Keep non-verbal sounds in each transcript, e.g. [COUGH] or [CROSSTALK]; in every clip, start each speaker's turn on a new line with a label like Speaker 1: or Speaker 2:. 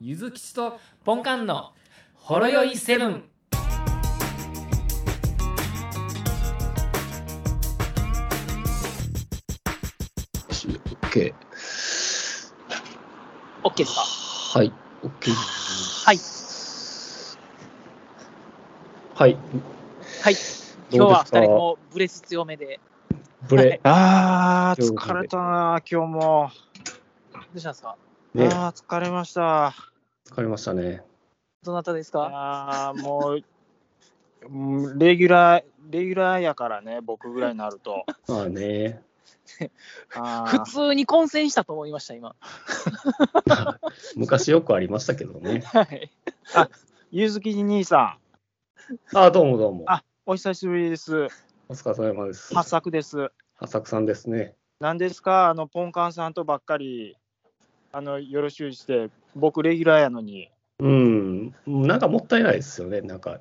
Speaker 1: ゆずきちとポンカンのほろよいセブン。
Speaker 2: OK。
Speaker 3: OK ですか
Speaker 2: はい。OK。
Speaker 3: はい。
Speaker 2: はい。
Speaker 3: はい。今
Speaker 2: どうで
Speaker 3: 日は
Speaker 2: す
Speaker 3: 2人
Speaker 2: か
Speaker 3: ともブレス強めで。
Speaker 2: ブレ。
Speaker 4: あー、
Speaker 2: ということで
Speaker 4: 疲れたな、今日も。
Speaker 3: どうしたんですか
Speaker 2: ね、
Speaker 4: あー、疲れました。
Speaker 2: 疲れましたね。
Speaker 3: どなたですか
Speaker 4: あー、もう、うんレギュラー、レギュラーやからね、僕ぐらいになる
Speaker 2: [LAUGHS]
Speaker 4: と。
Speaker 2: まあね。
Speaker 4: あ
Speaker 3: 普
Speaker 4: ー
Speaker 3: 通に混戦したと思いました、今。
Speaker 2: 昔よくありましたけどね。
Speaker 3: はい。
Speaker 4: ゆずき兄さん、
Speaker 2: ああ、どうもどうも。
Speaker 4: あお久しぶりです。
Speaker 2: お疲れ様です。
Speaker 4: 八作です。
Speaker 2: 浅草さんですね。
Speaker 4: 何ですか、あの、ポンカンさんとばっかり、あの、よろしゅうして、僕、レギュラーやのに。
Speaker 2: うん。なんかもったいないですよね。なんか、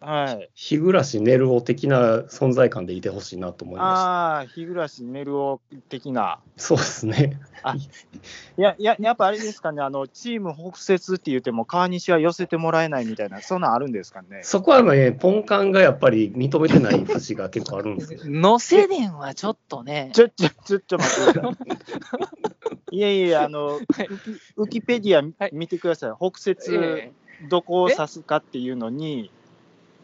Speaker 4: はい。
Speaker 2: 日暮らし寝るを的な存在感でいてほしいなと思いま
Speaker 4: あー、日暮らしメルオ的な。
Speaker 2: した。そうですね。
Speaker 4: いや、いや、やっぱあれですかね、あの、チーム北雪って言っても、川西は寄せてもらえないみたいな、そんなんあるんですかね。
Speaker 2: そこはね、ポンカンがやっぱり認めてない節が結構あるんですよ。
Speaker 3: のせでんはちょっとね。
Speaker 4: ちょ、ちょ、ちょ、ちょ、待ってくださ [LAUGHS] い。いやいや、あの、ウキウキペディア見てください。北雪
Speaker 3: え
Speaker 4: どこを指すかっていうのに、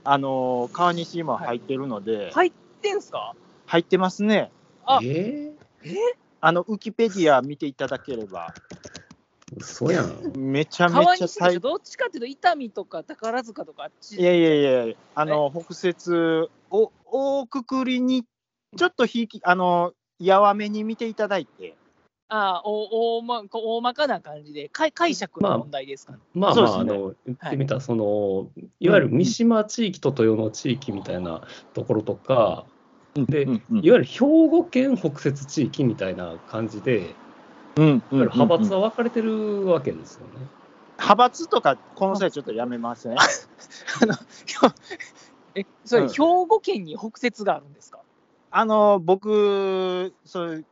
Speaker 4: あの、川西今入ってるの
Speaker 3: ー
Speaker 4: で、
Speaker 3: 入ってんすか
Speaker 4: 入ってますね。
Speaker 3: あ
Speaker 2: ええ
Speaker 4: あの、ウキペディア見ていただければ、
Speaker 2: 嘘やん。
Speaker 4: めちゃめ
Speaker 3: 川
Speaker 4: ちゃ
Speaker 3: 西でし
Speaker 4: 最
Speaker 3: ょどっちかっていうと、伊丹とか宝塚とかあっち。
Speaker 4: いやいやいや、あの、北雪を大くくりに、ちょっとひき、あの、やわめに見ていただいて、
Speaker 3: ああ、お大まこう大まかな感じで、かい解釈の問題ですかね。
Speaker 2: まあまあ、
Speaker 4: そうで
Speaker 2: あ
Speaker 4: すね
Speaker 2: の、言ってみたら、その、いわゆる三島地域と豊野地域みたいなところとか、で、いわゆる兵庫県北雪地域みたいな感じで、いわ
Speaker 4: うん、
Speaker 2: ゆる派閥
Speaker 4: うん
Speaker 2: は分かれてるわけですよね。
Speaker 4: 派閥とか、この際ちょっとやめません。 [LAUGHS]
Speaker 3: え、それ、
Speaker 4: うん
Speaker 3: 兵庫県に北雪があるんですか
Speaker 4: あの、僕、そういう、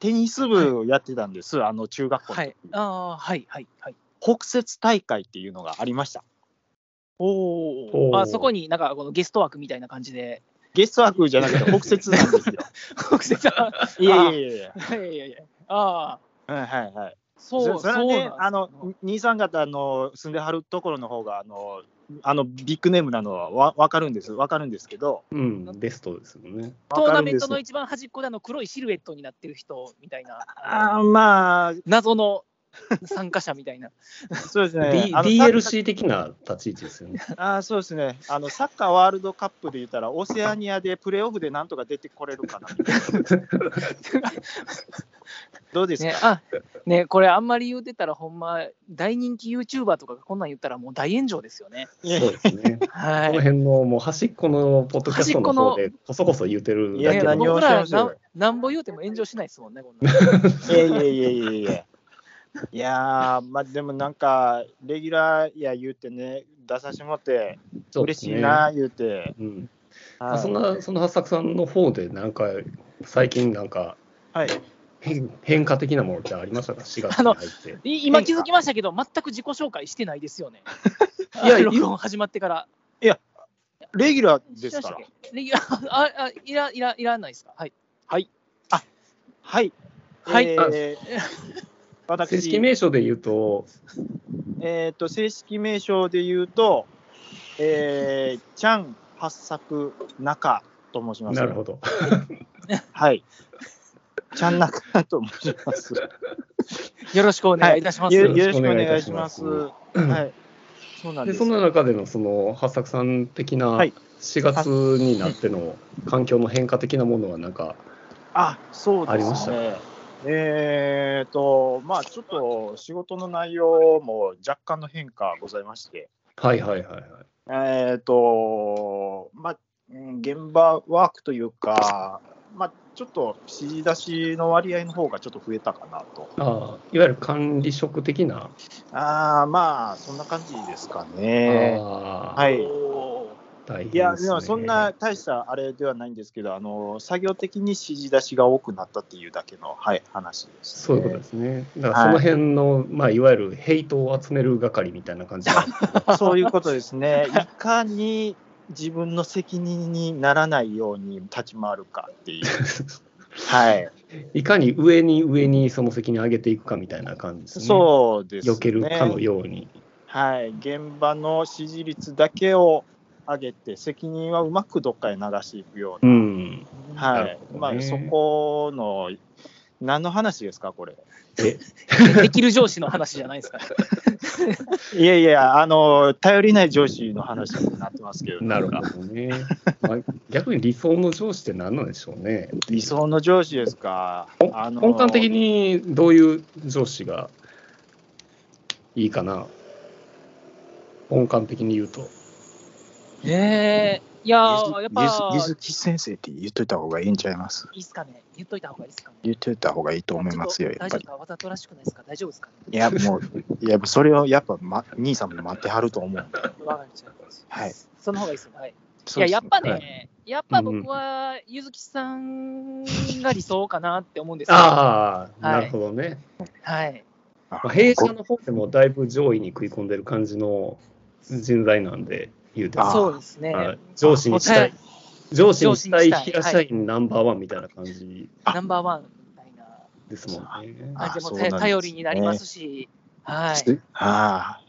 Speaker 4: テニス部をやってたんです、あの、中学校の、
Speaker 3: はい。ああ、はい、はい、はい。
Speaker 4: 北雪大会っていうのがありました。
Speaker 3: お
Speaker 2: おー
Speaker 3: お。あそこになんかこのゲスト枠みたいな感じで、
Speaker 4: ゲスト枠じゃなくて北雪なんですよ。
Speaker 3: 北雪が。
Speaker 4: [LAUGHS] いやいやいやいや。
Speaker 3: [LAUGHS] いやいやいや。ああ、
Speaker 4: はいはいはい。
Speaker 3: そう、
Speaker 4: そそれは
Speaker 3: そうなんで
Speaker 4: ね
Speaker 3: す、
Speaker 4: あの兄さん方の住んではるところの方があのあのビッグネームなのはわ分かるんです、分かるんですけど、
Speaker 2: うん、ベストですよね。
Speaker 3: トーナメント
Speaker 4: わか
Speaker 3: の
Speaker 4: るんです
Speaker 3: 一番端っこであの黒いシルエットになってる人みたい [LAUGHS] な、
Speaker 4: あーま
Speaker 3: 謎の参加者みたいな。
Speaker 4: あ、そうですね
Speaker 2: D、
Speaker 4: あの
Speaker 2: DLC 的な立ち位置ですよね。
Speaker 4: あーそうですねあの、サッカーワールドカップで言ったら、オセアニアでプレーオフでなんとか出てこれるかな [LAUGHS] みたいなどうです
Speaker 3: [LAUGHS]
Speaker 4: か、
Speaker 3: ね、あねこれ、あんまり言うてたら、ほんま、大人気 YouTuber とかがこんなん言ったら、もう大炎上ですよね。
Speaker 4: いや
Speaker 2: そうですね。
Speaker 3: は
Speaker 2: この
Speaker 3: い。
Speaker 2: 辺のもう端っこのポッドキャストの方で、こそこそ言うてる
Speaker 4: い
Speaker 2: だ
Speaker 4: や
Speaker 2: け
Speaker 3: ね
Speaker 2: の
Speaker 4: 何をおっ
Speaker 3: 僕
Speaker 4: しゃいま
Speaker 3: ら
Speaker 4: すよ
Speaker 3: な、なんぼ言うても炎上しないですもんね、こんなん [LAUGHS]
Speaker 4: いやいやいやいやいや。いやー、まあ、でもなんか、レギュラーや言うてね、出さしてもらって、
Speaker 2: そうで
Speaker 4: 嬉
Speaker 2: す
Speaker 4: し
Speaker 2: ね
Speaker 4: いな言うて。
Speaker 2: うん、
Speaker 4: はい
Speaker 2: そんなその八作さんの方でなんか最近なんか
Speaker 4: はい、
Speaker 2: 変変化的なものってありましたか4月
Speaker 3: あ
Speaker 2: に
Speaker 3: の
Speaker 2: 入って
Speaker 3: い今気づきましたけど、全く自己紹介してないですよ [LAUGHS] ね。
Speaker 2: いや
Speaker 3: 録音始まってから。
Speaker 4: レギュラーです
Speaker 3: し
Speaker 4: か
Speaker 3: まし
Speaker 4: ら
Speaker 3: たっ。けレギュラーああいらいらいらないですか。はい。
Speaker 4: はい。
Speaker 3: はい
Speaker 4: えー、私
Speaker 2: 正式名称で言うと
Speaker 4: えーと、正式名称で言うと、えー、ちゃん八作中と申します。
Speaker 2: なるほど
Speaker 4: はい。ちゃん中と申します。
Speaker 3: よろしくお願いいたします。
Speaker 4: よ
Speaker 2: はい
Speaker 4: よろしくお願いします。
Speaker 2: よろ
Speaker 4: はい。そうなん
Speaker 2: で
Speaker 4: です。
Speaker 2: その中でのその八作さん的な
Speaker 4: はい
Speaker 2: 4月になっての環境の変化的なものはなんか
Speaker 4: あ、そうですね。
Speaker 2: ありました
Speaker 4: えーと、まあちょっと仕事の内容も若干の変化ございまして、
Speaker 2: はいはいはいはい
Speaker 4: えーと、まあうん現場ワークというか、まあちょっと指示出しの割合の方がちょっと増えたかなと。
Speaker 2: ああいわゆる管理職的な、
Speaker 4: あーまあそんな感じですか
Speaker 2: あ
Speaker 4: ね。
Speaker 2: あ
Speaker 4: はい。
Speaker 3: おー
Speaker 2: 大変
Speaker 4: いや、でもそんな大したあれではないんですけど、あの作業的に指示出しが多くなったっていうだけの、はい、話です、
Speaker 2: そういうことですね。だからその辺の、いまあ、いわゆるヘイトを集める係みたいな感じで
Speaker 4: そういうことですね。いかに自分の責任にならないように立ち回るかって [LAUGHS] いう。はい。
Speaker 2: いかに上に上にその責任を上げていくかみたいな感じですね。
Speaker 4: そうですね。
Speaker 2: 避けるかのように。
Speaker 4: はい。現場の支持率だけを上げて、責任はうまくどっかへ流していくよう
Speaker 2: う
Speaker 4: な。
Speaker 2: ん。
Speaker 4: は
Speaker 2: なる
Speaker 4: い。
Speaker 2: ほ
Speaker 4: ま
Speaker 2: どね
Speaker 4: あ、そこの、何の話ですか、これ。
Speaker 3: できる上司の話じゃない
Speaker 4: [LAUGHS]
Speaker 3: ですか。
Speaker 4: いやいや、あの、頼りない上司の話になってますけど、
Speaker 2: なるほどね。まあ、逆に理想の上司って何なんでしょうね。
Speaker 4: 理想の上司ですか。あの
Speaker 2: 根幹的にどういう上司がいいかな。根幹的に言うと。
Speaker 3: ええいやー、やっ
Speaker 4: ゆず
Speaker 3: ぱ
Speaker 4: ゆ、ずき先生って言っといた方がいいんちゃいます
Speaker 3: いいっすかね。言っといた方がいいっすかね。
Speaker 4: 言っといた方がいいと思いますよ、
Speaker 3: ちょ
Speaker 4: や
Speaker 3: っ
Speaker 4: っ
Speaker 3: と
Speaker 4: ぱ
Speaker 3: 大丈。
Speaker 4: り
Speaker 3: 夫かわざとらしくないですか大丈夫ですか
Speaker 4: いや、もう、いやそれをやっぱ、ま、兄さんも待ってはると思うんで。
Speaker 3: わかりちゃいます。
Speaker 4: はい。
Speaker 3: その方がいいですよ。はい。い
Speaker 4: そう
Speaker 3: や、
Speaker 4: です
Speaker 3: やっぱ
Speaker 2: は
Speaker 3: ね、やっぱ僕は、ゆずきさんが理想かなって思うんですよ。
Speaker 2: ああ、
Speaker 3: は
Speaker 2: な
Speaker 3: い
Speaker 2: るほどね。
Speaker 3: はい。
Speaker 2: まあ、弊社
Speaker 4: ご
Speaker 2: の方でもだいぶ上位に食い込んでる感じの人材なんで、言うても
Speaker 4: あー
Speaker 3: そうですね。
Speaker 2: はい上司にしたい
Speaker 3: 答、
Speaker 2: 上司にしたい
Speaker 3: 上司にしたい
Speaker 2: 平社員ナンバーワンみたいな感じ
Speaker 3: えナンバーワンみたいな
Speaker 2: ですもんね。
Speaker 3: 感
Speaker 4: あ
Speaker 3: じでも
Speaker 4: そううな
Speaker 3: た
Speaker 4: んですね
Speaker 3: 頼りになりますし、はい。
Speaker 4: すあ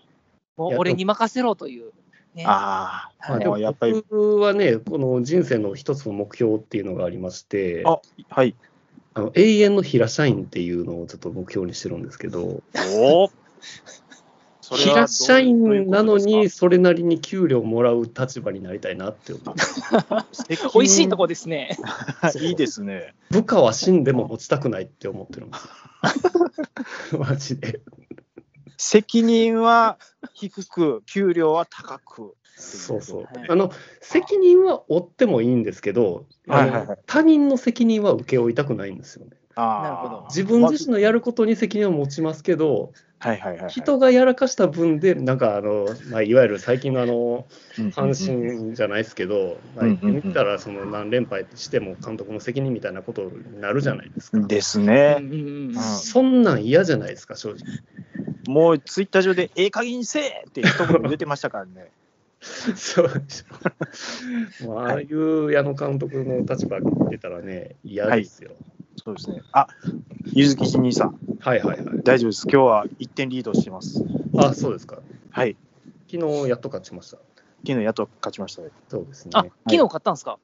Speaker 3: も
Speaker 2: いうや
Speaker 3: 俺に任せろという。ね
Speaker 4: あ、ああ、
Speaker 2: まあ
Speaker 3: はい
Speaker 2: でも
Speaker 4: やっぱり
Speaker 2: 僕はね、この人生の一つの目標っていうのがありまして、
Speaker 4: あはい。
Speaker 2: あの永遠の平社員っていうのをちょっと目標にしてるんですけど、
Speaker 4: おお。それはどう
Speaker 2: 平社員なの
Speaker 4: どうい
Speaker 2: に、
Speaker 4: うこ
Speaker 2: それなりに給料もらう立場になりたいなって思う。
Speaker 4: とですか
Speaker 3: 美味しいとこですね。
Speaker 2: そう
Speaker 4: いいですね。
Speaker 2: 部下は死んでも持ちたくないって思ってるんです
Speaker 4: [LAUGHS]
Speaker 2: よ。マジで。
Speaker 4: 責任は低く、給料は高く。
Speaker 2: そうそう。
Speaker 3: はい
Speaker 2: あの、責任は負ってもいいんですけど、あの
Speaker 4: はいはいは
Speaker 2: 他人の責任は請け負いたくないんですよね。
Speaker 4: ああ
Speaker 3: なるほど
Speaker 2: 自分自身のやることに責任を持ちますけど、
Speaker 4: はいはいはいはい。
Speaker 2: 人がやらかした分で、なんかあの、まあ、いわゆる最近のあの阪神じゃないですけど、まあ、
Speaker 4: うん
Speaker 2: 言ってみたらその何連敗しても監督の責任みたいなことになるじゃないですか。
Speaker 4: です
Speaker 3: う
Speaker 4: ね。
Speaker 3: んうんうん
Speaker 4: うん
Speaker 2: そんなん嫌じゃないですか、正直。
Speaker 4: もうツイッター上で、ええ加減にせえって一言言ってましたからね。
Speaker 2: そうでしょ。もうああいう矢野監督の立場出たらね、嫌ですよ。
Speaker 4: そうですね。あ、ゆずきち兄さん、
Speaker 2: はい、はい、はい
Speaker 4: 大丈夫です。今日は1点リードしてます。
Speaker 2: あ、そうですか。
Speaker 4: はい。
Speaker 2: 昨日やっと勝ちました。
Speaker 4: 昨日やっと勝ちましたね。
Speaker 2: そうですね。
Speaker 3: あ、昨日買ったんですか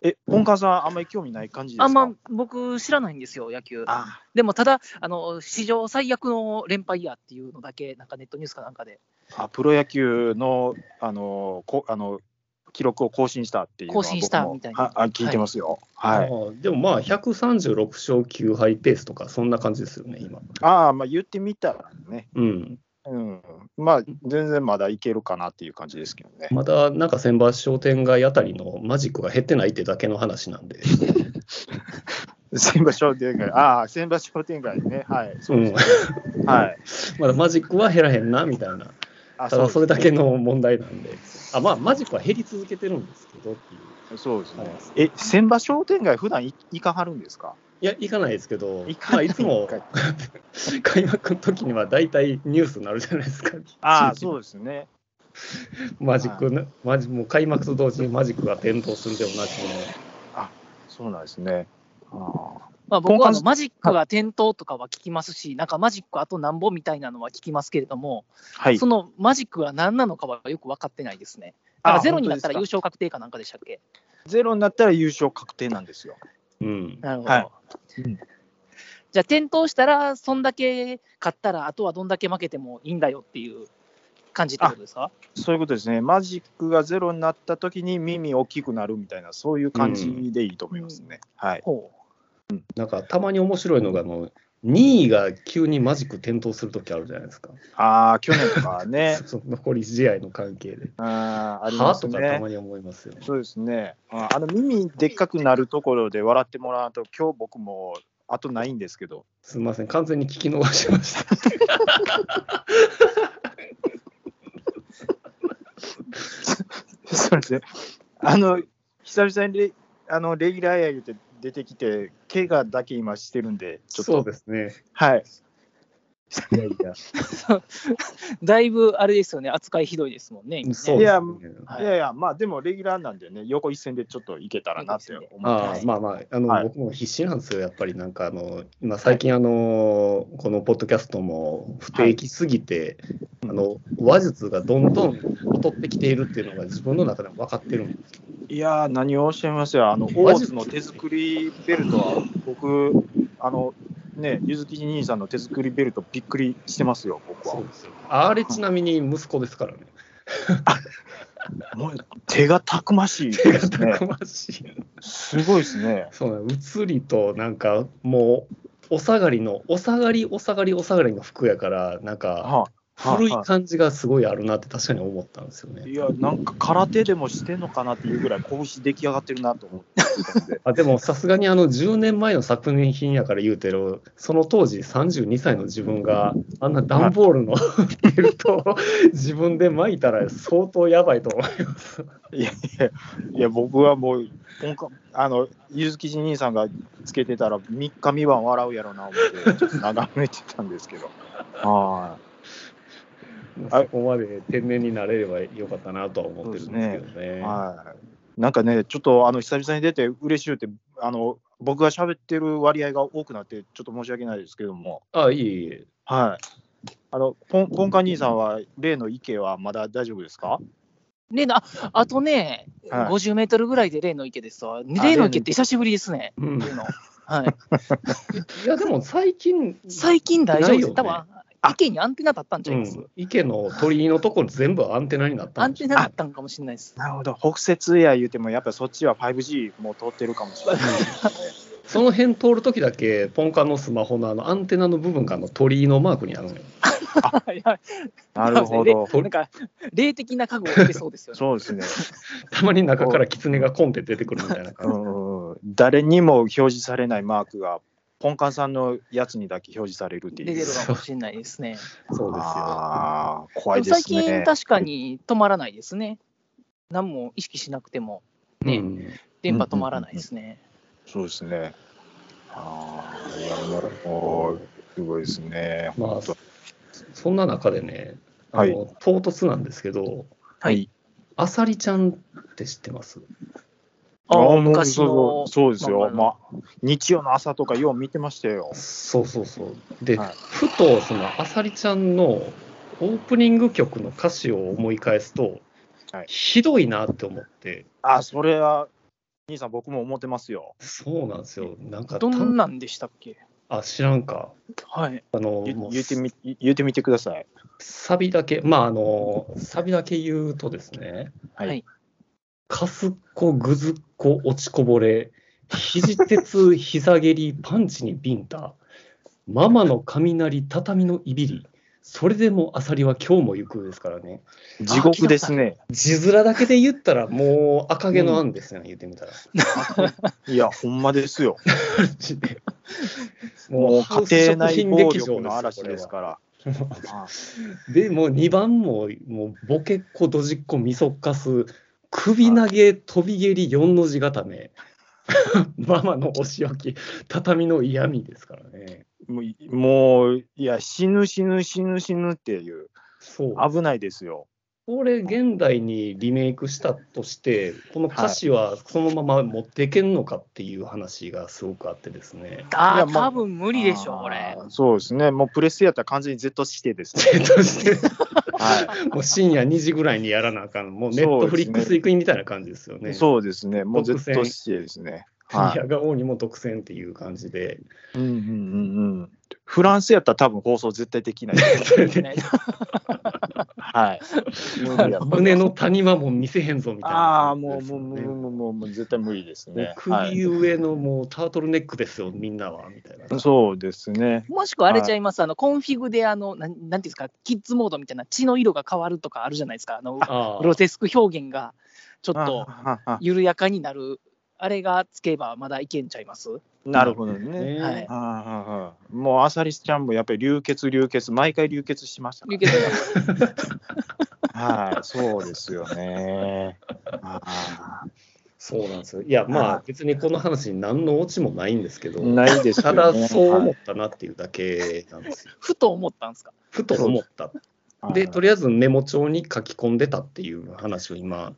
Speaker 4: え、本川さん、あんまり興味ない感じですか
Speaker 3: あんま僕知らないんですよ、野球。
Speaker 4: あ
Speaker 3: でもただあの、史上最悪の連敗やっていうのだけ、なんかネットニュースかなんかで
Speaker 4: あ、プロ野球の、あの、こあの記録を更新したっていうのは
Speaker 3: 更新したみたいな
Speaker 4: 僕もああ、聞いてますよ。はい。
Speaker 2: あーでもまあ、136勝9敗ペースとか、そんな感じですよね、今。
Speaker 4: ああ、まあ言ってみたらね。
Speaker 2: うん。
Speaker 4: うん。まあ、全然まだいけるかなっていう感じですけどね。
Speaker 2: まだなんか選抜商店街あたりのマジックが減ってないってだけの話なん
Speaker 4: [LAUGHS]
Speaker 2: で。
Speaker 4: 千葉商店街、ああ、千葉商店街ね。はい。そう
Speaker 2: うん。
Speaker 4: ですはい。
Speaker 2: まだマジックは減らへんな、みたいな。
Speaker 4: あ
Speaker 2: ただそれだ
Speaker 4: け
Speaker 2: けの問題なんで。あ、まあ、マジックは減り続けてるんですけどっていう。
Speaker 4: そうです
Speaker 2: はい
Speaker 4: ね。え、千葉商店街、普段い行かはるんですか
Speaker 2: いや、行かないですけど、
Speaker 4: 行か
Speaker 2: ま
Speaker 4: な
Speaker 2: あ、
Speaker 4: い
Speaker 2: いつも開幕の時には大体ニュースになるじゃないですか。
Speaker 4: ああ、
Speaker 2: う。
Speaker 4: そうですね。
Speaker 2: マジックの、マジもう開幕と同時にマジックが点灯するで同じみの。
Speaker 4: そうなんですね。あ
Speaker 3: まあ、僕はあ
Speaker 4: 本
Speaker 3: の
Speaker 4: 館
Speaker 3: マジックが点灯とかは聞きますし、なんかマジックあとなんぼみたいなのは聞きますけれども、
Speaker 4: はい
Speaker 3: そ。のマジックが何なのかはよく分かってないですね。だ
Speaker 4: あ
Speaker 3: からゼロになったら優
Speaker 4: 本当です
Speaker 3: 勝確定かなんかでしたっけ
Speaker 4: かゼロになったら優勝確定なんですよ。
Speaker 2: うん。
Speaker 3: なるほど。
Speaker 4: はいうん
Speaker 3: じゃあ、点灯したら、そんだけ勝ったら、あとはどんだけ負けてもいいんだよっていう感じってことですか
Speaker 4: そういうことですね。マジックがゼロになった時に耳大きくなるみたいな、そういう感じでいいと思いますね。はい。
Speaker 3: ほう
Speaker 2: なんか、たまに面白いのが、あの、2位が急にマジック点灯する時あるじゃないですか。
Speaker 4: ああ、去年とかね。
Speaker 2: [LAUGHS]
Speaker 4: [LAUGHS]
Speaker 2: そう残り試合の関係で。
Speaker 4: あーあり
Speaker 2: は
Speaker 4: ま
Speaker 2: あ
Speaker 4: す
Speaker 2: とかた
Speaker 4: ね
Speaker 2: ま。に思いますよね。
Speaker 4: そうですね。ああの耳でっかくなるところで笑ってもらうと、今日僕もあとないんですけど。 [LAUGHS]
Speaker 2: すみません、完全に聞き逃しました。
Speaker 4: そうですね。あの、久々にレあのレギュラーや言うて出てきて、怪我だけ今してるんで、ちょっ
Speaker 2: そう
Speaker 4: と、
Speaker 2: ですね。
Speaker 4: はい。
Speaker 2: いやいや、
Speaker 3: だいぶあれですよね、扱いひどいですもんね、今ね
Speaker 2: そう
Speaker 4: い
Speaker 2: で
Speaker 4: や
Speaker 2: すね。
Speaker 3: はい
Speaker 4: い、やいや、まあでもレギュラーなんでね、横一線でちょっといけたらなって思って
Speaker 2: あ
Speaker 4: ま
Speaker 2: あ
Speaker 4: す。
Speaker 2: まあまあ、あの、
Speaker 4: はい
Speaker 2: 僕も必死なんですよ、やっぱりなんかあの、今最近あの、このポッドキャストも不定期すぎて、あの、話術がどんどん劣ってきているっていうのが自分の中でも分かってるんです。
Speaker 4: いやー、何をおっしゃいますよ、あの、オーツの手作りベルトは、僕、あの、ね、ゆずき兄さんの手作りベルト、びっくりしてますよ、僕は。
Speaker 2: ですよ。あれちなみに息子ですからね。
Speaker 4: もう手がたくましいです
Speaker 2: [LAUGHS]
Speaker 4: ね
Speaker 2: た。くましい。
Speaker 4: すごいですね。
Speaker 2: そうね、移りとなんかもう、お下がりの、お下がり、お下がり、お下がりの服やから、なんか、
Speaker 4: は
Speaker 2: 古い感じがすごいあるなって確かに思ったんですよ
Speaker 4: い、
Speaker 2: ね。。
Speaker 4: いや、なんか空手でもしてんのかなっていうぐらい、拳出来上がってるなと思ってたんで
Speaker 2: あでもさすがにあの10年前の作品やから言うてる、その当時32歳の自分があんな段ボールの [LAUGHS] ベルトを自分で巻いたら相当やばいと思います。
Speaker 4: いやいや、いや僕はもう、ポンカあの、ゆずき兄さんがつけてたら、3日、三晩笑うやろな思って、ちょっと眺めてたんですけ [LAUGHS] ど。はい。
Speaker 2: そこまで天然になれればよかったなとは思ってるんですけどね。
Speaker 4: はい、なんかね、ちょっとあの久々に出て嬉しいって、あの僕が喋ってる割合が多くなって、ちょっと申し訳ないですけども、
Speaker 2: あ、いえいえ。
Speaker 4: はい、あのポンポンカ兄さんは、例の池はまだ大丈夫ですか
Speaker 3: 例のああとね、
Speaker 4: はい
Speaker 3: 50メートルぐらいで例の池ですわ。例の池って久しぶりですね。
Speaker 2: うん、
Speaker 4: [LAUGHS]
Speaker 3: 例のはい、
Speaker 2: いや、でも最近、
Speaker 3: 最近大丈夫です。
Speaker 2: ないよね
Speaker 3: 多分池にアンテナ立ったんちゃいます、
Speaker 2: うん池の鳥居のところ全部アンテナになった
Speaker 3: ア
Speaker 2: ん
Speaker 3: ン
Speaker 2: です
Speaker 3: テナだったのかもしれないです。
Speaker 4: なるほど、北節や言うても、やっぱりそっちは 5G もう通ってるかもしれないですね。
Speaker 2: その辺通るときだけ、ポンカのスマホのあのアンテナの部分があの鳥居のマークにあるのよ。
Speaker 3: いや
Speaker 4: [LAUGHS] なるほど、
Speaker 3: なんか、霊的な家具を入れそうですよね。
Speaker 4: そうですね、
Speaker 2: たまに中からキツネがコンって出てくるみたいな
Speaker 4: う
Speaker 2: 感じ。
Speaker 4: んうん誰にも表示されないマークが、ポンカンさんのやつにだけ表示されるって
Speaker 3: 出
Speaker 4: いう。
Speaker 3: てるかもしれないですね。
Speaker 2: [LAUGHS] そうですよ。
Speaker 4: あー怖
Speaker 3: で
Speaker 4: い
Speaker 3: も
Speaker 4: ですね
Speaker 3: 最。近、確かに止まらないですね。何も意識しなくても、ね
Speaker 2: うん
Speaker 3: 電波止まらないですね。
Speaker 4: そうですね。ああ、いや、なるほど。すごいですね。
Speaker 2: まあ
Speaker 4: 本当、
Speaker 2: そんな中でね、あ
Speaker 4: はい
Speaker 2: の唐突なんですけど、
Speaker 3: はい。
Speaker 2: アサリちゃんって知ってます
Speaker 3: ああ、
Speaker 4: ーもう
Speaker 3: 昔
Speaker 4: そ
Speaker 3: の
Speaker 4: うそうそうですよ。
Speaker 3: 漫画の
Speaker 4: まあ、日曜の朝とかよう見てましたよ。
Speaker 2: そうそうそう。で、
Speaker 4: はい
Speaker 2: ふとそのあさりちゃんのオープニング曲の歌詞を思い返すと、
Speaker 4: はい
Speaker 2: ひどいなって思って、
Speaker 4: あ、それは、兄さん、僕も思ってますよ。
Speaker 2: そうなんですよ。なんか
Speaker 3: どん
Speaker 2: な
Speaker 3: なんでしたっけ
Speaker 2: あ知らんか。
Speaker 3: はい。
Speaker 2: あの
Speaker 4: ゆ
Speaker 2: もう
Speaker 4: 言ってみ、言ってみてください。
Speaker 2: サビだけまああのサビだけ言うとですね。
Speaker 4: はい
Speaker 3: はい。
Speaker 2: かすっこぐずっこ落ちこぼれ肘鉄 [LAUGHS] 膝蹴りパンチにビンタママの雷畳のいびりそれでもあさりは今日も行くですからね。
Speaker 4: 地獄ですね。
Speaker 2: 字面だけで言ったらもう赤毛の案ですよね、言ってみたら。
Speaker 4: いや、ほんまですよ。
Speaker 2: マジで
Speaker 4: もう家庭内暴力の
Speaker 2: ハウス
Speaker 4: 嵐
Speaker 2: 食品劇場
Speaker 4: で
Speaker 2: です
Speaker 4: す
Speaker 2: よこ
Speaker 4: から。
Speaker 2: れは
Speaker 4: あ
Speaker 2: でもう2番ももうボケっこドジっこみそっかす首投げ飛び蹴り4の字固 [LAUGHS] めママのお仕置き畳の嫌味ですからね。
Speaker 4: もう、もういや、死ぬ死ぬ死ぬ死ぬっていう、
Speaker 2: そう
Speaker 4: 危ないですよ。
Speaker 2: これ現代にリメイクしたとしてこの歌詞はそのまま持っていけんのかっていう話がすごくあってですね。
Speaker 3: ああ、
Speaker 4: いやまあ
Speaker 3: 多分無理でしょう、これ
Speaker 4: あ。ーそうですね。もうプレスやったら完全に Z 指定ですね。
Speaker 2: えっとして
Speaker 4: [LAUGHS] は
Speaker 2: もう深夜2時ぐらいにやらなあかん、もうネットフリックス行くみたいな感じですよね。
Speaker 4: い。そうですね。もう
Speaker 2: 独
Speaker 4: Z
Speaker 2: 占
Speaker 4: 指定ですね。
Speaker 2: 国
Speaker 4: はい。
Speaker 2: やが王にも独占っていう感じで、
Speaker 4: うんうんうんうん。フランスやったら多分放送絶対でき [LAUGHS] ない。はい。
Speaker 2: [LAUGHS] 胸の谷間も見せへんぞみたいな
Speaker 4: ああ、
Speaker 2: 感じ
Speaker 4: も
Speaker 2: で
Speaker 4: う、
Speaker 2: す
Speaker 4: も
Speaker 2: よ
Speaker 4: う、も
Speaker 2: ね、
Speaker 4: う、もう、もう、もう、絶対無理です
Speaker 2: もう
Speaker 4: ね。はい。
Speaker 2: 首上のもうタートルネックですよ、みんなは、みたいな。
Speaker 4: そうですね。
Speaker 3: もしくはあれちゃいます、あのコンフィグであのなん、なんていうんですか、キッズモードみたいな、血の色が変わるとかあるじゃないですか、あの
Speaker 2: ああ
Speaker 3: グロテスク表現がちょっ
Speaker 4: あ
Speaker 3: と
Speaker 4: はは
Speaker 3: 緩やかになる、あれがつけばまだいけんちゃいます
Speaker 4: なるほどね。
Speaker 2: ね
Speaker 3: はい
Speaker 4: ああ、もう、アサリスちゃんもやっぱり流血、流血、毎回流血しましたから
Speaker 3: 流
Speaker 4: ね。
Speaker 3: 血
Speaker 4: はい、そうですよね。あ
Speaker 2: そうなんですよ。いや、まあ別にこの話に何のオチもないんですけ
Speaker 4: ー
Speaker 2: ど、
Speaker 4: ないですよ
Speaker 2: た
Speaker 4: ね。
Speaker 2: だそう
Speaker 4: は
Speaker 2: 思
Speaker 4: い
Speaker 2: ったなっていうだけなんですよ。
Speaker 3: ふと思ったんですか
Speaker 2: ふと思った。で、とりあえずメモ帳に書き込んでたっていう話を
Speaker 4: [LAUGHS]
Speaker 2: 今、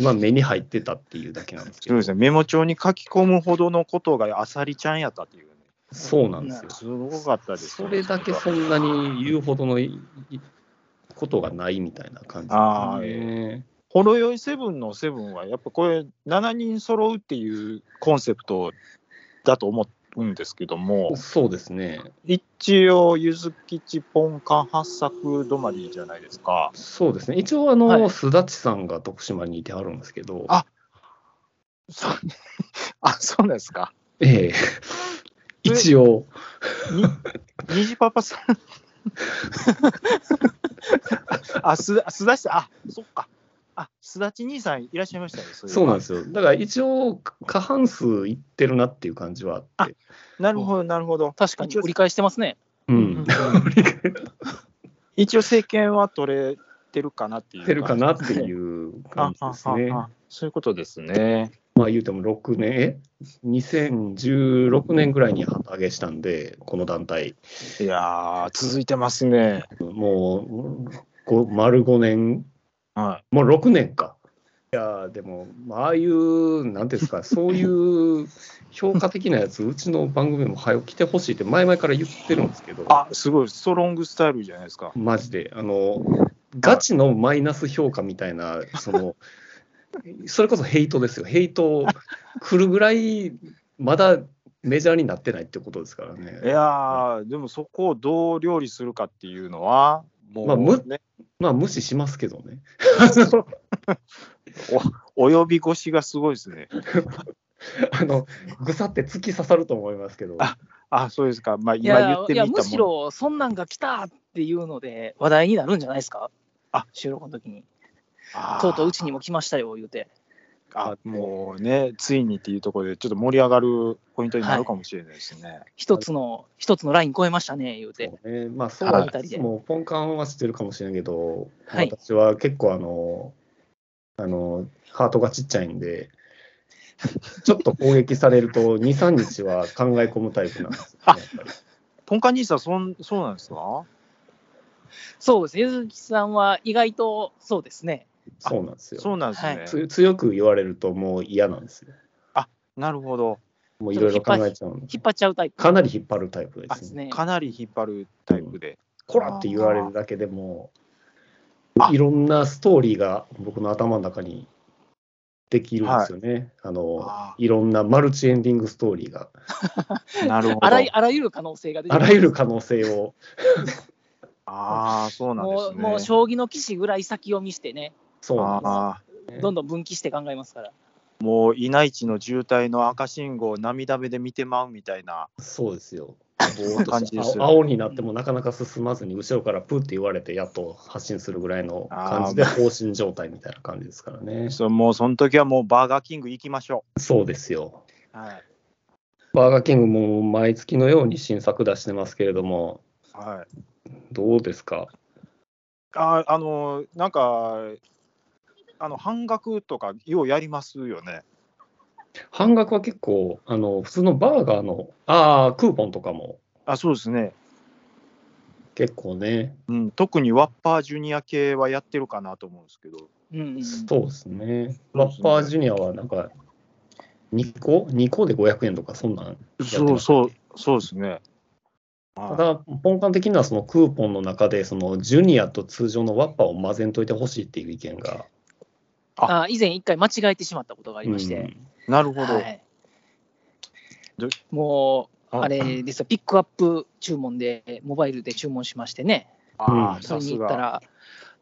Speaker 2: 今目に入ってたっていうだけなんですけ
Speaker 4: そう
Speaker 2: ど
Speaker 4: で、すね、メモ帳に書き込むほどのことがあさりちゃんやったっていうね、
Speaker 2: そうなんですよ。
Speaker 4: すごかったです
Speaker 2: そ
Speaker 4: よ
Speaker 2: れ
Speaker 4: ね、
Speaker 2: だけそんなに言うほどのいいことがないみたいな感じ
Speaker 4: ああ、
Speaker 2: ですね。
Speaker 4: ほろ酔いセブンのセブンは、やっぱこれ、7人揃うっていうコンセプトだと思うんですけども、
Speaker 2: そうですね。
Speaker 4: 一応、ゆずきちポンカン発作止まりじゃないですか。
Speaker 2: そうですね。一応、あの、
Speaker 3: はい
Speaker 2: すだちさんが徳島にいてはるんですけど、
Speaker 4: あそ [LAUGHS] あ、そうなんですか。
Speaker 2: ええ。一応、
Speaker 4: に、虹パパさん。あ、す、すだちさん、あ、そっか。あ、すだち兄さんいらっしゃいましたね。そういえば
Speaker 2: そうなんですよ。だから一応、過半数いってるなっていう感じはあって。
Speaker 4: なるほど、なるほど。
Speaker 3: 確かに折り返してますね。
Speaker 2: う。
Speaker 4: うん
Speaker 2: [LAUGHS]
Speaker 4: 一応、政権は取れてるかなっていう。
Speaker 2: ってるかなっていう感じですね。
Speaker 4: ああああそういうことですね。
Speaker 2: まあ言うても6年、え2016年ぐらいに旗揚げしたんで、この団体。
Speaker 4: いやー、続いてますね。
Speaker 2: もう、ご丸5年
Speaker 4: は
Speaker 2: もう6年か。いやーでも、まあああいう、なんていうんですか、そういう評価的なやつ、うちの番組も早く来てほしいって、前々から言ってるんですけど
Speaker 4: い。、あ、すごい、ストロングスタイルじゃないですか。
Speaker 2: マジで、あの、ガチのマイナス評価みたいな、その、それこそヘイトですよ、ヘイト来るぐらい、まだメジャーになってないってことですからね。
Speaker 4: いやー、でもそこをどう料理するかっていうのは、もう、
Speaker 2: まあむ
Speaker 4: ね、
Speaker 2: まあ、無視しますけどね。
Speaker 4: お呼び越しがすごいですね。
Speaker 2: [LAUGHS] あの、ぐさって突き刺さると思いますけど。
Speaker 4: ああ、そうですか。まあ、
Speaker 3: い
Speaker 4: 今言
Speaker 3: や
Speaker 4: っ、て
Speaker 3: い
Speaker 4: み
Speaker 3: や
Speaker 4: たもん
Speaker 3: むしろ、そんなんが来たっていうので、話題になるんじゃないですか
Speaker 4: あ
Speaker 3: 収録の時に。
Speaker 4: あー
Speaker 3: とうとううちにも来ましたよ、言うて。
Speaker 4: あもうね、ついにっていうところで、ちょっと盛り上がるポイントになるかもしれないですね。
Speaker 3: 一つの、一つのライン超えましたね、言うて。
Speaker 2: そうね、まあそう
Speaker 4: はい
Speaker 2: なんですもうポンカンは知ってるかもしれんけど、
Speaker 3: はい
Speaker 2: 私は結構あの、あの、ハートがちっちゃいん
Speaker 4: [LAUGHS]
Speaker 2: で、ちょっと攻撃されると、2、3日は考え込むタイプなんですよ、
Speaker 4: あ [LAUGHS]
Speaker 2: やっぱり
Speaker 4: ポンカン兄さん、そんそうなんですか
Speaker 3: そうですね、ゆずきさんは意外とそうですね。
Speaker 2: そうなんですよ
Speaker 4: そうなんですね。
Speaker 3: はい
Speaker 2: つ強く言われるともう嫌なんですよ。
Speaker 4: なるほど。
Speaker 2: もういろいろ考えちゃうんで
Speaker 3: 引っ張っちゃうタイプ
Speaker 2: かなり引っ張るタイプで
Speaker 3: ですす
Speaker 2: ね。
Speaker 3: ね。
Speaker 4: かなり引っ張るタイプで。
Speaker 2: こらって言われるだけでも
Speaker 4: あ、
Speaker 2: いろんなストーリーが僕の頭の中にできるんですよね。あの
Speaker 4: あ
Speaker 2: いろんなマルチエンディングストーリーが、
Speaker 4: ーなるほど。
Speaker 3: あらゆあらゆる可能性が出て
Speaker 2: あらゆる可能性を、
Speaker 4: ああ、そうなんで
Speaker 3: も
Speaker 4: す
Speaker 3: う
Speaker 4: ね。
Speaker 3: もう将棋の棋士ぐらい先を見してね、
Speaker 2: そうなんです
Speaker 4: あ
Speaker 3: どんどん分岐して考えますから。
Speaker 4: ーもう、いないちの渋滞の赤信号を涙目で見てまうみたいな。
Speaker 2: そうですよ。
Speaker 4: ぼーっと
Speaker 2: 青
Speaker 4: してする
Speaker 2: 青になってもなかなか進まずに、後ろからプーって言われて、やっと発進するぐらいの感じで、
Speaker 4: あ
Speaker 2: 放心状態みたいな感じですからね。
Speaker 4: そうもう、その時はもう、バーガーキング行きましょ
Speaker 2: そうですよ。
Speaker 4: う。はい。
Speaker 2: バーガーキングも毎月のように新作出してますけれども、
Speaker 4: はい
Speaker 2: どうですか
Speaker 4: ああのなんかあの半額とかようやりますよね。
Speaker 2: 半額は結構、あの普通のバーガーのあークーポンとかも
Speaker 4: あそうですね、
Speaker 2: 結構ね、
Speaker 4: うん、特にワッパージュニア系はやってるかなと思うんですけど
Speaker 3: うんうんうん、
Speaker 2: そうですね。ラッパージュニアはなんか2個 ?2 個で500円とかそんなん。ってます
Speaker 4: そうそうそうですね。
Speaker 2: た
Speaker 4: は
Speaker 2: だ、ポンカン的にはそのクーポンの中で、そのジュニアと通常のワッパーを混ぜんといてほしいっていう意見が
Speaker 3: あ以前、一回間違えてしまったことがあ
Speaker 2: あ
Speaker 3: りまして、
Speaker 4: い、なるほど、
Speaker 3: はい
Speaker 4: ど
Speaker 3: もう、
Speaker 4: あ
Speaker 3: あれですよ、ピックアップ注文で、モバイルで注文しましてね、
Speaker 4: あ
Speaker 2: うん
Speaker 4: ー
Speaker 3: そ
Speaker 4: さ
Speaker 3: れに
Speaker 4: す
Speaker 3: 行った
Speaker 4: が。
Speaker 3: ら、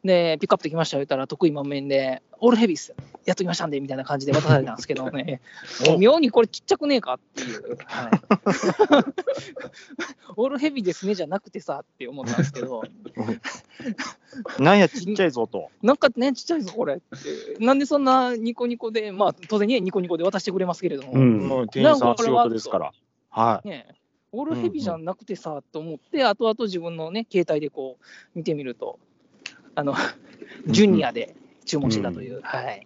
Speaker 3: でピックアップできましたよ言ったら、得意満面で、オールヘビーっすよ、やっときましたんでみたいな感じで渡されたんですけどね、妙にこれちっちゃくねえかっていう、はいオールヘビーですねじゃなくてさって思ったんですけど、
Speaker 4: なんやちっちゃいぞと。
Speaker 3: なんかね、ちっちゃいぞ、これって、なんでそんなニコニコで、まあ、当然ね、ニコニコで渡してくれますけれども。
Speaker 2: うん。
Speaker 4: もう店員さん
Speaker 3: なん
Speaker 4: は
Speaker 3: かこ
Speaker 4: 仕
Speaker 3: れは
Speaker 4: 事ですから。はい。
Speaker 3: ねえ、オールヘビじゃなくてさ、と思って、後々自分のね、携帯でこう見てみると、あの、ジュニアで注文してたという。はい。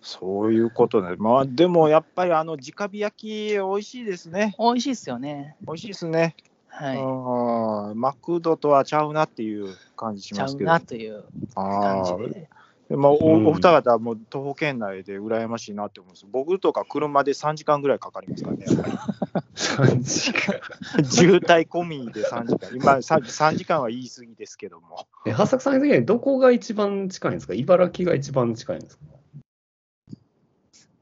Speaker 4: そういうことね。まあ、でもやっぱりあの直火焼き、美味しいですね。
Speaker 3: 美味しいですよね。
Speaker 4: 美味しいですね。
Speaker 3: は
Speaker 4: うんマクドとはちゃうなっていう感じ
Speaker 3: い。
Speaker 4: し
Speaker 3: ちゃ
Speaker 4: ま
Speaker 3: う
Speaker 4: すけど。
Speaker 3: なという
Speaker 4: あ
Speaker 3: 感じ
Speaker 4: ー
Speaker 3: で。
Speaker 4: でまあ、
Speaker 2: うん
Speaker 4: おお二方はもう徒歩圏内で羨ましいなって思うんです。僕とか車で3時間ぐらいかかりますからね。やっ
Speaker 2: [LAUGHS]
Speaker 4: ぱり
Speaker 2: 3時間。
Speaker 4: 渋滞込みで3時間。今3、3時間は言い過ぎですけども。
Speaker 2: [LAUGHS] え、八作さん的にはどこが一番近いんですか茨城が一番近いんですか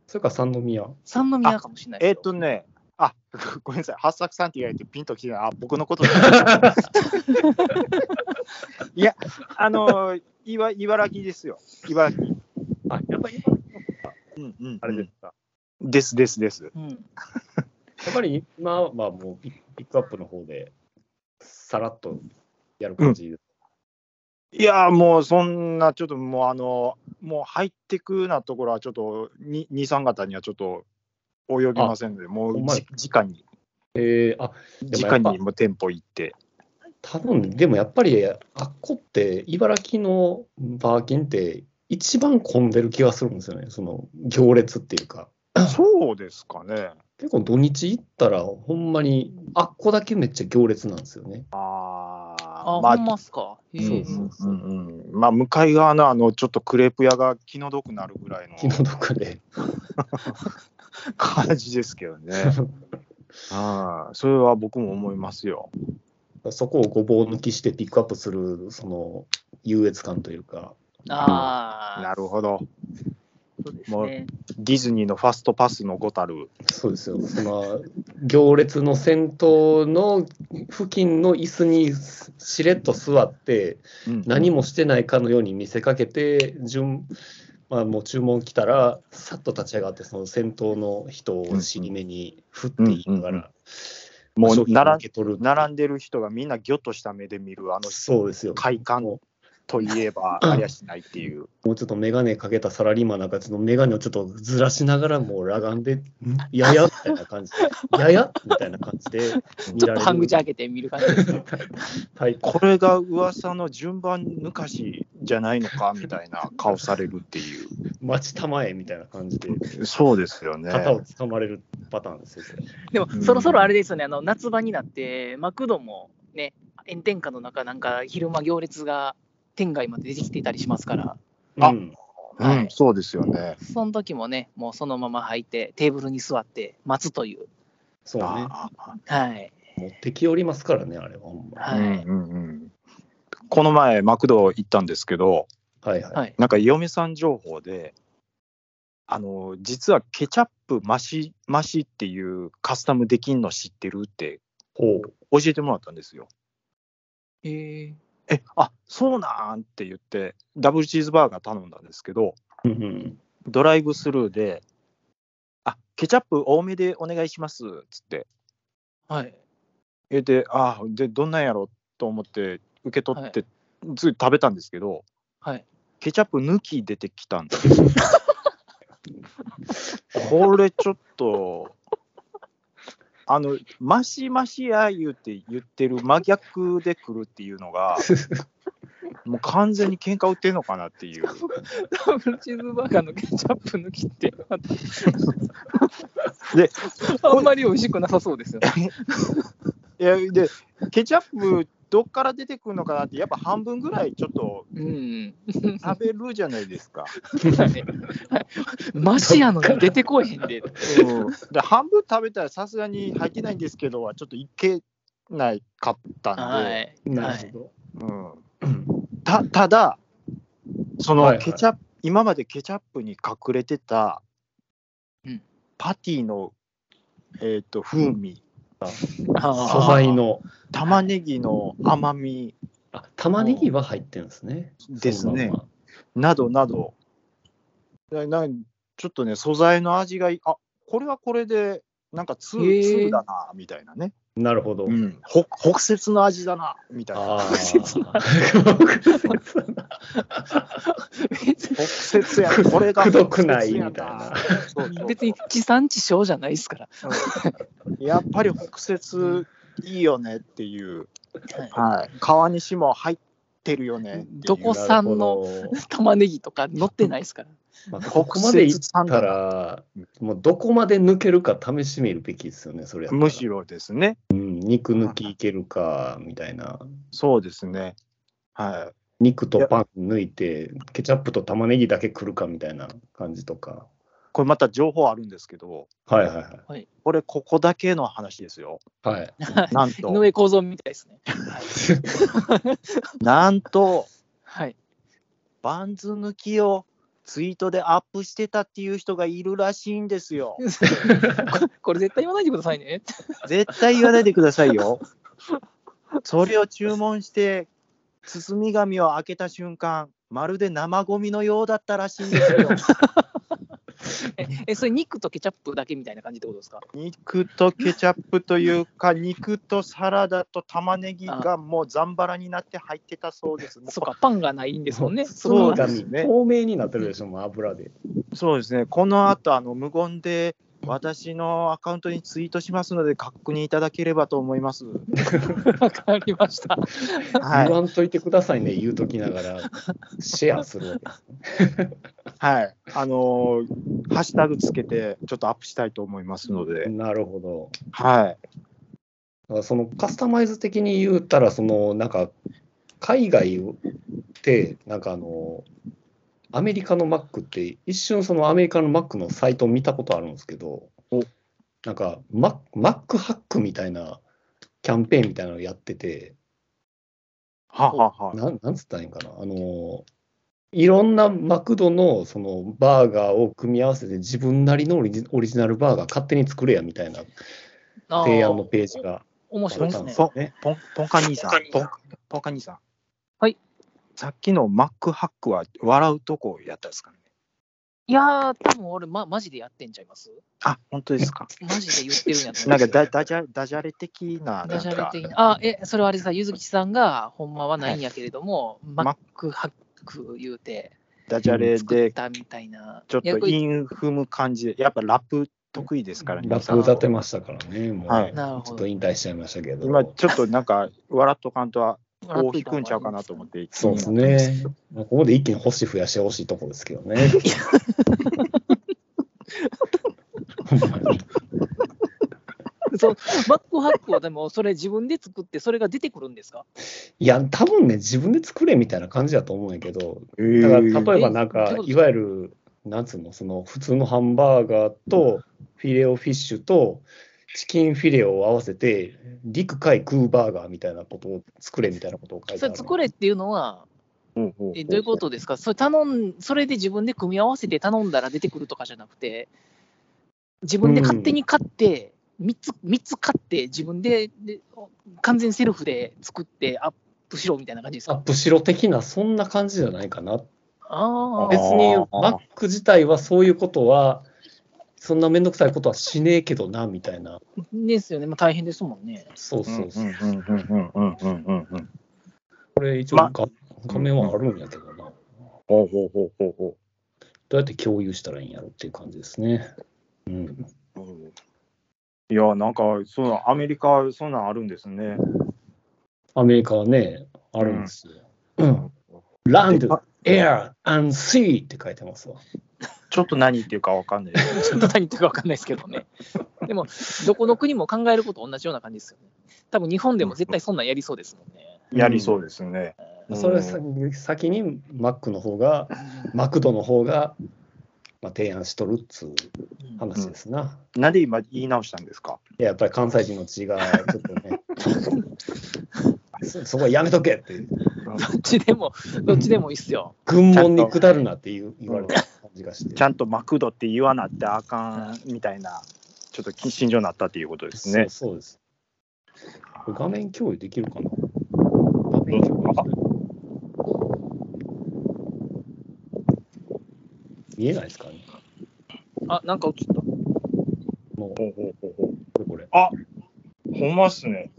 Speaker 2: それか三宮。
Speaker 3: 三宮かもしれない
Speaker 4: え
Speaker 3: け
Speaker 4: っ、
Speaker 3: ど。
Speaker 4: とね、あごめんなさい、八作さんって言われてピンときてない。あ、僕のことだいや、あのー、いわ茨城ですよ。茨城。
Speaker 2: あ、やっぱり、
Speaker 4: うんうん、
Speaker 2: あれですか。
Speaker 4: ですですです。
Speaker 3: うん。
Speaker 2: やっぱり今はもうピピックアップの方で、さらっとやる感じです。
Speaker 4: いやー、もうそんな、ちょっともう、あのー、もう入ってくなところは、ちょっと、に二三方にはちょっと及びませんので、
Speaker 2: ほ
Speaker 4: もうん
Speaker 2: まや
Speaker 4: じ直に、
Speaker 2: えーあ、でもや
Speaker 4: 直
Speaker 2: っぱ
Speaker 4: にもう店舗行って。
Speaker 2: 多分でもやっぱり、あっこって、茨城のバーキンって、一番混んでる気がするんですよね、その行列っていうか。
Speaker 4: そうですかね。
Speaker 2: 結構土日行ったら、ほんまに、あっこだけめっちゃ行列なんですよね。
Speaker 4: あ
Speaker 3: あ、ほ
Speaker 4: あ、
Speaker 3: んまっすか。へ
Speaker 2: そう
Speaker 3: え
Speaker 2: そう
Speaker 4: うんうんまあ、向かい側のあのちょっとクレープ屋が気の毒なるぐらいの
Speaker 2: 気の毒で。
Speaker 4: 感じですけどね。
Speaker 2: [LAUGHS]
Speaker 4: ああそれは僕も思いますよ。
Speaker 2: そこをごぼう抜きしてピックアップする、その、優越感というか。
Speaker 3: ああ。
Speaker 4: なるほど。
Speaker 3: そうです
Speaker 4: もう
Speaker 3: ね。
Speaker 4: ディズニーのファストパスのごたる。
Speaker 2: そうですよ。その、行列の先頭の付近の椅子にしれっと座って、何もしてないかのように見せかけて、順、まあ、もう注文来たら、さっと立ち上がって、その先頭の人を尻目に振っていいか
Speaker 4: うんうん
Speaker 2: ら、
Speaker 4: も
Speaker 2: 商品を
Speaker 4: う
Speaker 2: 受
Speaker 4: 並
Speaker 2: け取る
Speaker 4: ん並んでる人がみんなギョッとした目で見るあの
Speaker 2: そうですよ。
Speaker 4: 快感
Speaker 2: も
Speaker 4: といえば
Speaker 2: うん
Speaker 4: ありゃしないっていう。
Speaker 2: うちょっとメガネかけたサラリーマンなんか、ちょっとメガネをちょっとずらしながら、もう裸眼で、んややみたいな感じで、ややみたいな感じで見
Speaker 3: ちょ
Speaker 2: られる。
Speaker 3: っと半口開けて見る感じ
Speaker 4: [LAUGHS]
Speaker 3: ですよ。
Speaker 2: タイプ
Speaker 4: これが噂の順番抜かしじゃないのかみたいな顔されるってい
Speaker 2: 待ちたまえみたいな感じで、
Speaker 4: う。そうですよね。
Speaker 2: 肩をつかまれるパターンですよ。それ
Speaker 3: でも
Speaker 4: う、ん
Speaker 3: そろそろあれですよね、あの夏場になって、マクドもね、炎天下の中、なんか昼間行列が店外まで出てきていたりしますから、
Speaker 4: あ
Speaker 2: うん
Speaker 4: うん、そうですよね。
Speaker 3: その時もね、もうそのまま履いて、テーブルに座って待つという、
Speaker 2: そうね。
Speaker 4: ああ
Speaker 3: はい、
Speaker 2: 持ってきおりますからね、あれは。ほんま
Speaker 3: はい
Speaker 4: うんうんうんこの前、マクド行ったんですけど、
Speaker 2: はいはい。
Speaker 3: はい、
Speaker 4: なんか嫁さん情報で、あの実はケチャップ増し増しっていうカスタムできんの知ってるって
Speaker 2: ほう。
Speaker 4: 教えてもらったんですよ。
Speaker 3: えー、
Speaker 4: え、あそうなんって言って、ダブルチーズバーガー頼んだんですけど、
Speaker 2: うんうん
Speaker 4: ドライブスルーで、あケチャップ多めでお願いしますっつって
Speaker 3: はい、
Speaker 4: 言って、あで、どんなんやろと思って受け取って、つい食べたんですけど、
Speaker 3: はい、
Speaker 4: ケチャップ抜き出てきたんですよこれちょっと、あの、マシマシや言うて言ってる真逆で来るっていうのが、もう完全に喧嘩売ってんのかなっていう。
Speaker 3: ダブルチーズバーガーのケチャップ抜きって、
Speaker 4: で
Speaker 3: あんまり美味しくなさそうですよね。
Speaker 4: いやで、ケチャップどっから出てくるのかなって、やっぱ半分ぐらいちょっと
Speaker 3: うん、
Speaker 4: 食べるじゃないですか。
Speaker 3: はいはいマシやのに出てこえへんで、
Speaker 4: うん、 [LAUGHS] で半分食べたらさすがに入ってないんですけどはちょっといけないかったんで、
Speaker 3: はい、
Speaker 2: なるほど。
Speaker 4: うん、
Speaker 2: うん
Speaker 4: たただ、
Speaker 2: はい
Speaker 4: その
Speaker 2: はい
Speaker 4: ケチャップ、今までケチャップに隠れてた
Speaker 3: うん
Speaker 4: パティの、えー、と風味、
Speaker 2: 素材の。
Speaker 4: 玉ねぎの甘み
Speaker 2: あ、玉ねぎは入ってるんですね。
Speaker 4: です
Speaker 2: そ
Speaker 4: ね
Speaker 2: のまんま
Speaker 4: などなど、ななちょっとね、素材の味がいい、あこれはこれで、なんか通
Speaker 3: へー
Speaker 4: 通だな、みたいなね、
Speaker 2: なるほど。
Speaker 4: うん、ほ北節の味だな、みたいな。
Speaker 2: ああ。
Speaker 3: 切な
Speaker 2: 僕切な
Speaker 4: 北節や、
Speaker 2: [LAUGHS]
Speaker 4: これが
Speaker 2: くどくない
Speaker 4: 北節や
Speaker 2: み
Speaker 4: そうそう
Speaker 3: 別に地産地消じゃないですから。
Speaker 4: やっぱり北節いいよねっていう、
Speaker 3: はい
Speaker 4: はい、川西も入っってるよねっていう。
Speaker 3: どこさんの
Speaker 2: なるほど
Speaker 3: 玉ねぎとか乗ってないですから。
Speaker 2: まあ、ここまでいった
Speaker 4: 北摂
Speaker 2: ら、もうどこまで抜けるか試してみるべきですよね、それやったら
Speaker 4: むしろですね。
Speaker 2: うん肉抜きいけるか、みたいな。
Speaker 4: そうですね。は
Speaker 2: 肉とパン抜いて、ケチャップと玉ねぎだけくるか、みたいな感じとか。
Speaker 4: い。これまた情報あるんですけど、
Speaker 2: はいはいはい。
Speaker 4: これここだけの話ですよ。
Speaker 2: はい、
Speaker 4: なん
Speaker 3: 井
Speaker 4: と、
Speaker 3: 上構造みたいですね。
Speaker 4: なんと、
Speaker 3: はい。 [LAUGHS]
Speaker 4: バンズ抜きをツイートでアップしてたっていう人がいるらしいんです
Speaker 3: [LAUGHS]
Speaker 4: よ。
Speaker 3: ここれ絶対言わないでくださいね。
Speaker 4: 絶対言わないでくださいよ。それを注文して、包み紙を開けた瞬間、まるで生ゴミのようだったらしいんですよ。
Speaker 3: ええ、それ肉とケチャップだけみたいな感じってことですか
Speaker 4: 肉とケチャップというか、肉とサラダと玉ねぎがもうざんばらになって入ってたそうです。
Speaker 3: そっか、パンがないんですもんね。
Speaker 2: 包
Speaker 4: そう
Speaker 2: み
Speaker 4: だ
Speaker 2: 紙 [LAUGHS] 透明になってるでしょ、もう油で。
Speaker 4: そうですね、この後あの無言で私のアカウントにツイートしますので、確認いただければと思います。
Speaker 3: わかりました。
Speaker 4: はい
Speaker 2: 言、わんといてくださいね、言うときながら、シェアするわけです。
Speaker 4: はい、あのーハッシュタグつけて、ちょっとアップしたいと思いますので、
Speaker 2: なるほど。
Speaker 4: はい、
Speaker 2: だからそのカスタマイズ的に言ったら、そのなんか海外って、なんかあの、アメリカのマックって、一瞬そのアメリカのマックのサイトを見たことあるんですけど、なんかママックハックみたいなキャンペーンみたいなのやってて、
Speaker 4: ははは
Speaker 2: なんなんつったらいいんかな、あの、いろんなマクドのそのバーガーを組み合わせて自分なりのオリジオリジナルバーガー勝手に作れやみたいな
Speaker 3: あー
Speaker 2: 提案のページが
Speaker 3: 面
Speaker 2: あ
Speaker 3: 白い
Speaker 2: った
Speaker 3: です
Speaker 2: んで
Speaker 3: ね
Speaker 2: す。よね。
Speaker 4: ポンポンカ兄さん、ポンポンカ兄さん。
Speaker 3: はい。
Speaker 4: さっきのマックハックは笑うとこやったですかね。
Speaker 3: いやー、多分俺、ま、マジでやってんちゃいます
Speaker 4: あ、本当ですか。
Speaker 3: マジで言ってるんやと思
Speaker 4: な
Speaker 3: うん
Speaker 4: かダダジャダジャレ的な、な
Speaker 3: ダ
Speaker 4: ん
Speaker 3: ジャレ
Speaker 4: か、
Speaker 3: 的な。あ、え、それはあれさ、ゆずきちさんが、ほんまはないんやけれども、マックハック言うて、
Speaker 4: ダジャレ
Speaker 3: 作っ
Speaker 4: で
Speaker 3: たみたいな。
Speaker 4: ちょっ
Speaker 3: いや
Speaker 4: と
Speaker 3: これ
Speaker 4: イン踏む感じで、やっぱラップ得意ですからね。
Speaker 2: ラップ歌ってましたからね、もう、
Speaker 4: はい
Speaker 3: なるほど
Speaker 2: ちょっと引退しちゃいましたけど。
Speaker 4: 今ちょっとなんか笑っとかんとは
Speaker 3: 笑
Speaker 4: こ
Speaker 3: っ
Speaker 4: う
Speaker 3: と
Speaker 4: 引
Speaker 3: いた方
Speaker 4: く
Speaker 3: がいい
Speaker 4: んちゃうかなと思って。
Speaker 2: そうですね。ここで一気に星増やしてほしいとこですけどね。ほんまに
Speaker 3: そうマックハックはでも、それ自分で作って、それが出てくるんですか
Speaker 2: いや、多分ね、自分で作れみたいな感じだと思うんやけど、
Speaker 4: え
Speaker 2: だから
Speaker 4: ー
Speaker 2: 例えばなん
Speaker 3: え
Speaker 2: か
Speaker 3: どういうこと、
Speaker 2: いわゆる、なんつうの、その普通のハンバーガーとフィレオフィッシュとチキンフィレオを合わせて、陸海空バーガーみたいなことを作れみたいなことを書いて
Speaker 3: そ
Speaker 2: ある
Speaker 3: れ。作れっていうのは、
Speaker 4: ほうほう
Speaker 3: えどういうことですかそれ頼んそれで自分で組み合わせて頼んだら出てくるとかじゃなくて、自分で勝手に買って、3つ三つ買って、自分でで完全セルフで作ってアップしろみたいな感じです
Speaker 2: アッ
Speaker 3: か
Speaker 2: プしろ的な、そんな感じじゃないかな
Speaker 3: あ
Speaker 2: 別
Speaker 3: あ、
Speaker 2: に
Speaker 4: あー
Speaker 2: Mac 自体はそういうことは、そんなめんどくさいことはしねえけどな、みたいな。
Speaker 3: ですよね、まあ、大変ですもんね。
Speaker 2: そう
Speaker 4: う
Speaker 2: そ
Speaker 4: ん
Speaker 2: うそう。
Speaker 4: うんうんうんうんうんうん。
Speaker 2: これ一応
Speaker 4: ま
Speaker 2: 画、画面はあるんやけどな。ど
Speaker 4: ほうほうほうほうほ
Speaker 2: うやって共有したらいいんやろっていう感じですね。うん。
Speaker 4: ううん。いや、なんか、そのアメリカ、そんなんあるんですね。
Speaker 2: アメリカはね、あるんですよ。うん。
Speaker 4: で
Speaker 2: Land,
Speaker 4: あ
Speaker 2: Air and Sea って書いてますわ。
Speaker 4: ちょっと何言っていうかわかんないです。
Speaker 3: ちょっと何言ってるか分かんないですけどね。
Speaker 2: [LAUGHS]
Speaker 3: でも、どこの国も考えること同じような感じですよね。多分日本でも絶対そんなんやりそうですもんね。
Speaker 4: やりそうですね。うん
Speaker 2: それさ先に Mac の方が、マクドの方が、まあ、提案しとるっつう
Speaker 3: うん
Speaker 2: 話ですな。
Speaker 4: なんで今言い直したんですか
Speaker 2: いややっぱり関西人の血がちょっとね、 [LAUGHS] そそこはやめとけって、
Speaker 3: どっちでも、どっちでもいいっすよ。
Speaker 2: 軍門に下るなって言う言われた感じがして、
Speaker 4: ちゃんとマクドって言わなってあかんみたいな、ちょっとき心情になったっていうことですね。
Speaker 2: そうそうです。これ画面共有できるかな画面共有見えないですかね
Speaker 3: あ、なんか映った。
Speaker 2: も
Speaker 4: ほうほうほうほう
Speaker 2: うこれこ
Speaker 4: ほんまっすね。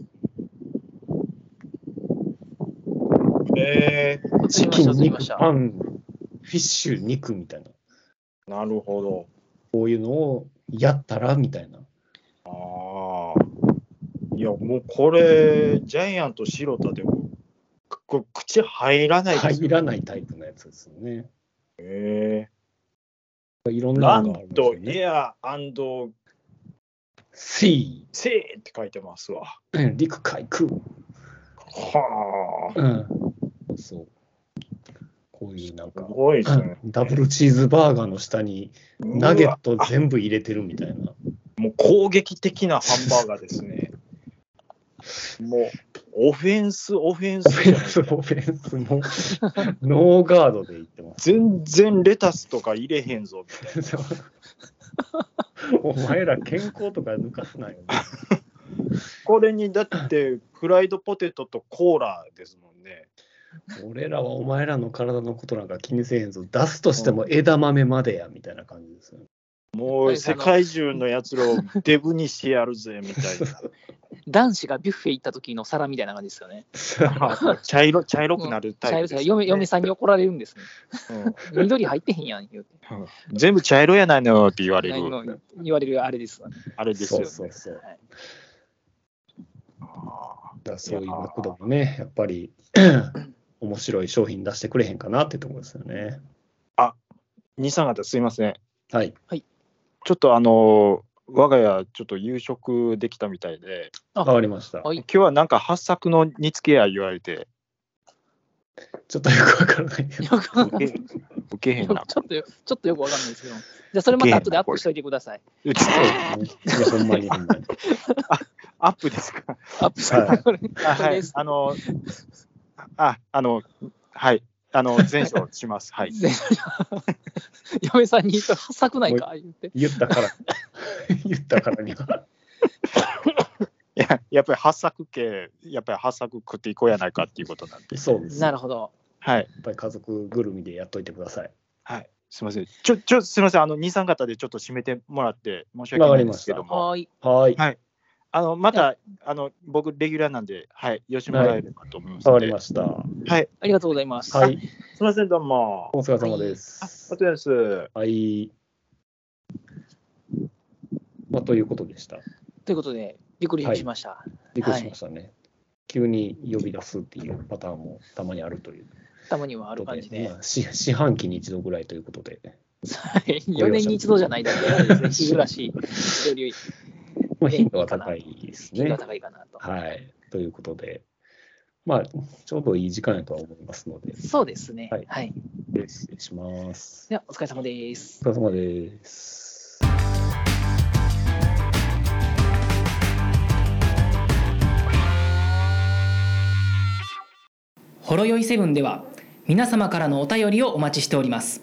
Speaker 4: え
Speaker 3: 映
Speaker 2: れ。
Speaker 3: りま
Speaker 2: チ
Speaker 3: し
Speaker 2: キン、
Speaker 3: た、映り
Speaker 2: 肉
Speaker 3: ま、した。
Speaker 2: パン、フィッシュ、肉みたいな。
Speaker 4: ー、なるほ
Speaker 2: こういうのをやったらみたいな。
Speaker 4: ど。ああ。いや、もうこれ、ジャイアント・シロタでもこれ口入らないです
Speaker 2: 入らないタイプのやつですよね。
Speaker 4: え
Speaker 2: いろん
Speaker 4: ー、
Speaker 2: な
Speaker 4: ラ
Speaker 2: のがある
Speaker 4: ン
Speaker 2: んです
Speaker 4: と
Speaker 2: よね。
Speaker 4: エア
Speaker 2: 水、
Speaker 4: セーって書いてますわ。
Speaker 2: うん陸海空。
Speaker 4: はあ、
Speaker 2: うん。そう。こういうなん
Speaker 4: す
Speaker 2: か、
Speaker 4: ごいですね。
Speaker 2: ダブルチーズバーガーの下にナゲ
Speaker 4: う
Speaker 2: ッ
Speaker 4: わ
Speaker 2: ト全部入れてるみたいな。
Speaker 4: もう攻撃的なハンバーガーですね。もう、オフェンス、オフェン
Speaker 2: オ
Speaker 4: ス
Speaker 2: フ
Speaker 4: じゃ
Speaker 2: ェ
Speaker 4: ない
Speaker 2: ンス、オフェンスも、ノーガードで言ってます。
Speaker 4: 全然レタスとか入れへんぞ。
Speaker 2: お前ら健康とか抜かすなよ。
Speaker 4: これにだって、フライドポテトとコーラですもんね。
Speaker 2: 俺らはお前らの体のことなんか気にせえへんぞ。出すとしても枝豆までや、みたいな感じですよね。
Speaker 4: もう世界中のやつらをデブにしてやるぜみたい
Speaker 3: 男子がビュッフェ行った時の皿みたいな感じですよね。
Speaker 4: な。
Speaker 3: [LAUGHS]
Speaker 4: 茶色茶色くなるタ
Speaker 3: 茶
Speaker 4: イ
Speaker 3: 色
Speaker 4: プ
Speaker 3: さ
Speaker 4: ですよね、
Speaker 3: 嫁嫁さんに怒られるんですね。
Speaker 4: うん
Speaker 3: 緑入ってへんやん言うて。
Speaker 4: 全部茶色やないのよって言われ
Speaker 3: ないの
Speaker 4: る、
Speaker 3: に言われるあれですわね。
Speaker 4: あれですよね。
Speaker 2: そうそうそう
Speaker 3: はい
Speaker 4: あ
Speaker 2: だからそういうマクドもね、やっぱり面白い商品出してくれへんかなってところですよね。
Speaker 4: ー兄さん方すいません。
Speaker 2: はい。
Speaker 4: ちょっとあの我が家ちょっと夕食できたみたいで、
Speaker 3: あ
Speaker 2: 変わりました。
Speaker 3: はい
Speaker 4: 今日はなんか八作の煮付けや言われて、
Speaker 2: ちょっとよくわからないけど。
Speaker 3: よくわかんない
Speaker 4: 受けへん
Speaker 3: ちょ
Speaker 4: な。
Speaker 3: っとよちょっとよくわかんないですけど。じゃあそれまた後でアップしといてください。
Speaker 2: いや、ほんまにほんまに。
Speaker 4: アップですか。
Speaker 3: アップしといてこれ
Speaker 4: あ
Speaker 3: これ
Speaker 4: は
Speaker 3: で
Speaker 4: い
Speaker 3: す。。
Speaker 4: あの、あ、あの、はい。あの、前書します。はい。
Speaker 3: 全嫁さんに言ったら、はさくないか言って。
Speaker 2: 言った [LAUGHS] から。言ったからには。
Speaker 4: いややっぱり八作系、やっぱり八作食っていこうやないかっていうことなんで。
Speaker 2: そうです。
Speaker 3: な
Speaker 2: やっ
Speaker 3: るほど。
Speaker 4: はい。
Speaker 2: ぱり家族ぐるみでやっといてください。
Speaker 4: はい。すみません。ちょ、ちょ、すみません。あの、二三方でちょっと締めてもらって、申し訳ないんですけども。
Speaker 3: はーい。
Speaker 2: はい。
Speaker 4: はいあの、また、あの、僕、レギュラーなんで、はい。吉村えればと思いま
Speaker 2: 変
Speaker 4: すの
Speaker 2: わ
Speaker 4: で。
Speaker 2: りました。は
Speaker 4: はい。
Speaker 3: ありがとうございます。
Speaker 2: い。
Speaker 4: すみません、どうも。
Speaker 2: お疲れ様です
Speaker 4: あ。とです。
Speaker 2: はい。まあ、ということでした。
Speaker 3: ということで、びっくりしました。
Speaker 2: びっくりしましたね。急に呼び出すっていうパターンもたまにあるというこ
Speaker 3: たまにはあ
Speaker 2: と
Speaker 3: る感じ
Speaker 2: で、
Speaker 3: で。
Speaker 2: まあ、四四半期に一度ぐらいということで、
Speaker 3: 4年に一度じゃないだけあれですね。日暮らし、より
Speaker 2: まあ、頻度は高いです
Speaker 3: 頻
Speaker 2: ね
Speaker 3: 度が。高いかなと。
Speaker 2: はい。ということで、まあ、ちょうどいい時間やとは思いますので、
Speaker 3: そうですね。
Speaker 2: はい
Speaker 3: はい。
Speaker 2: 失礼します。
Speaker 3: では、お疲れ様です。
Speaker 2: お疲れ様です。
Speaker 1: ほろよいセブンでは皆様からのお便りをお待ちしております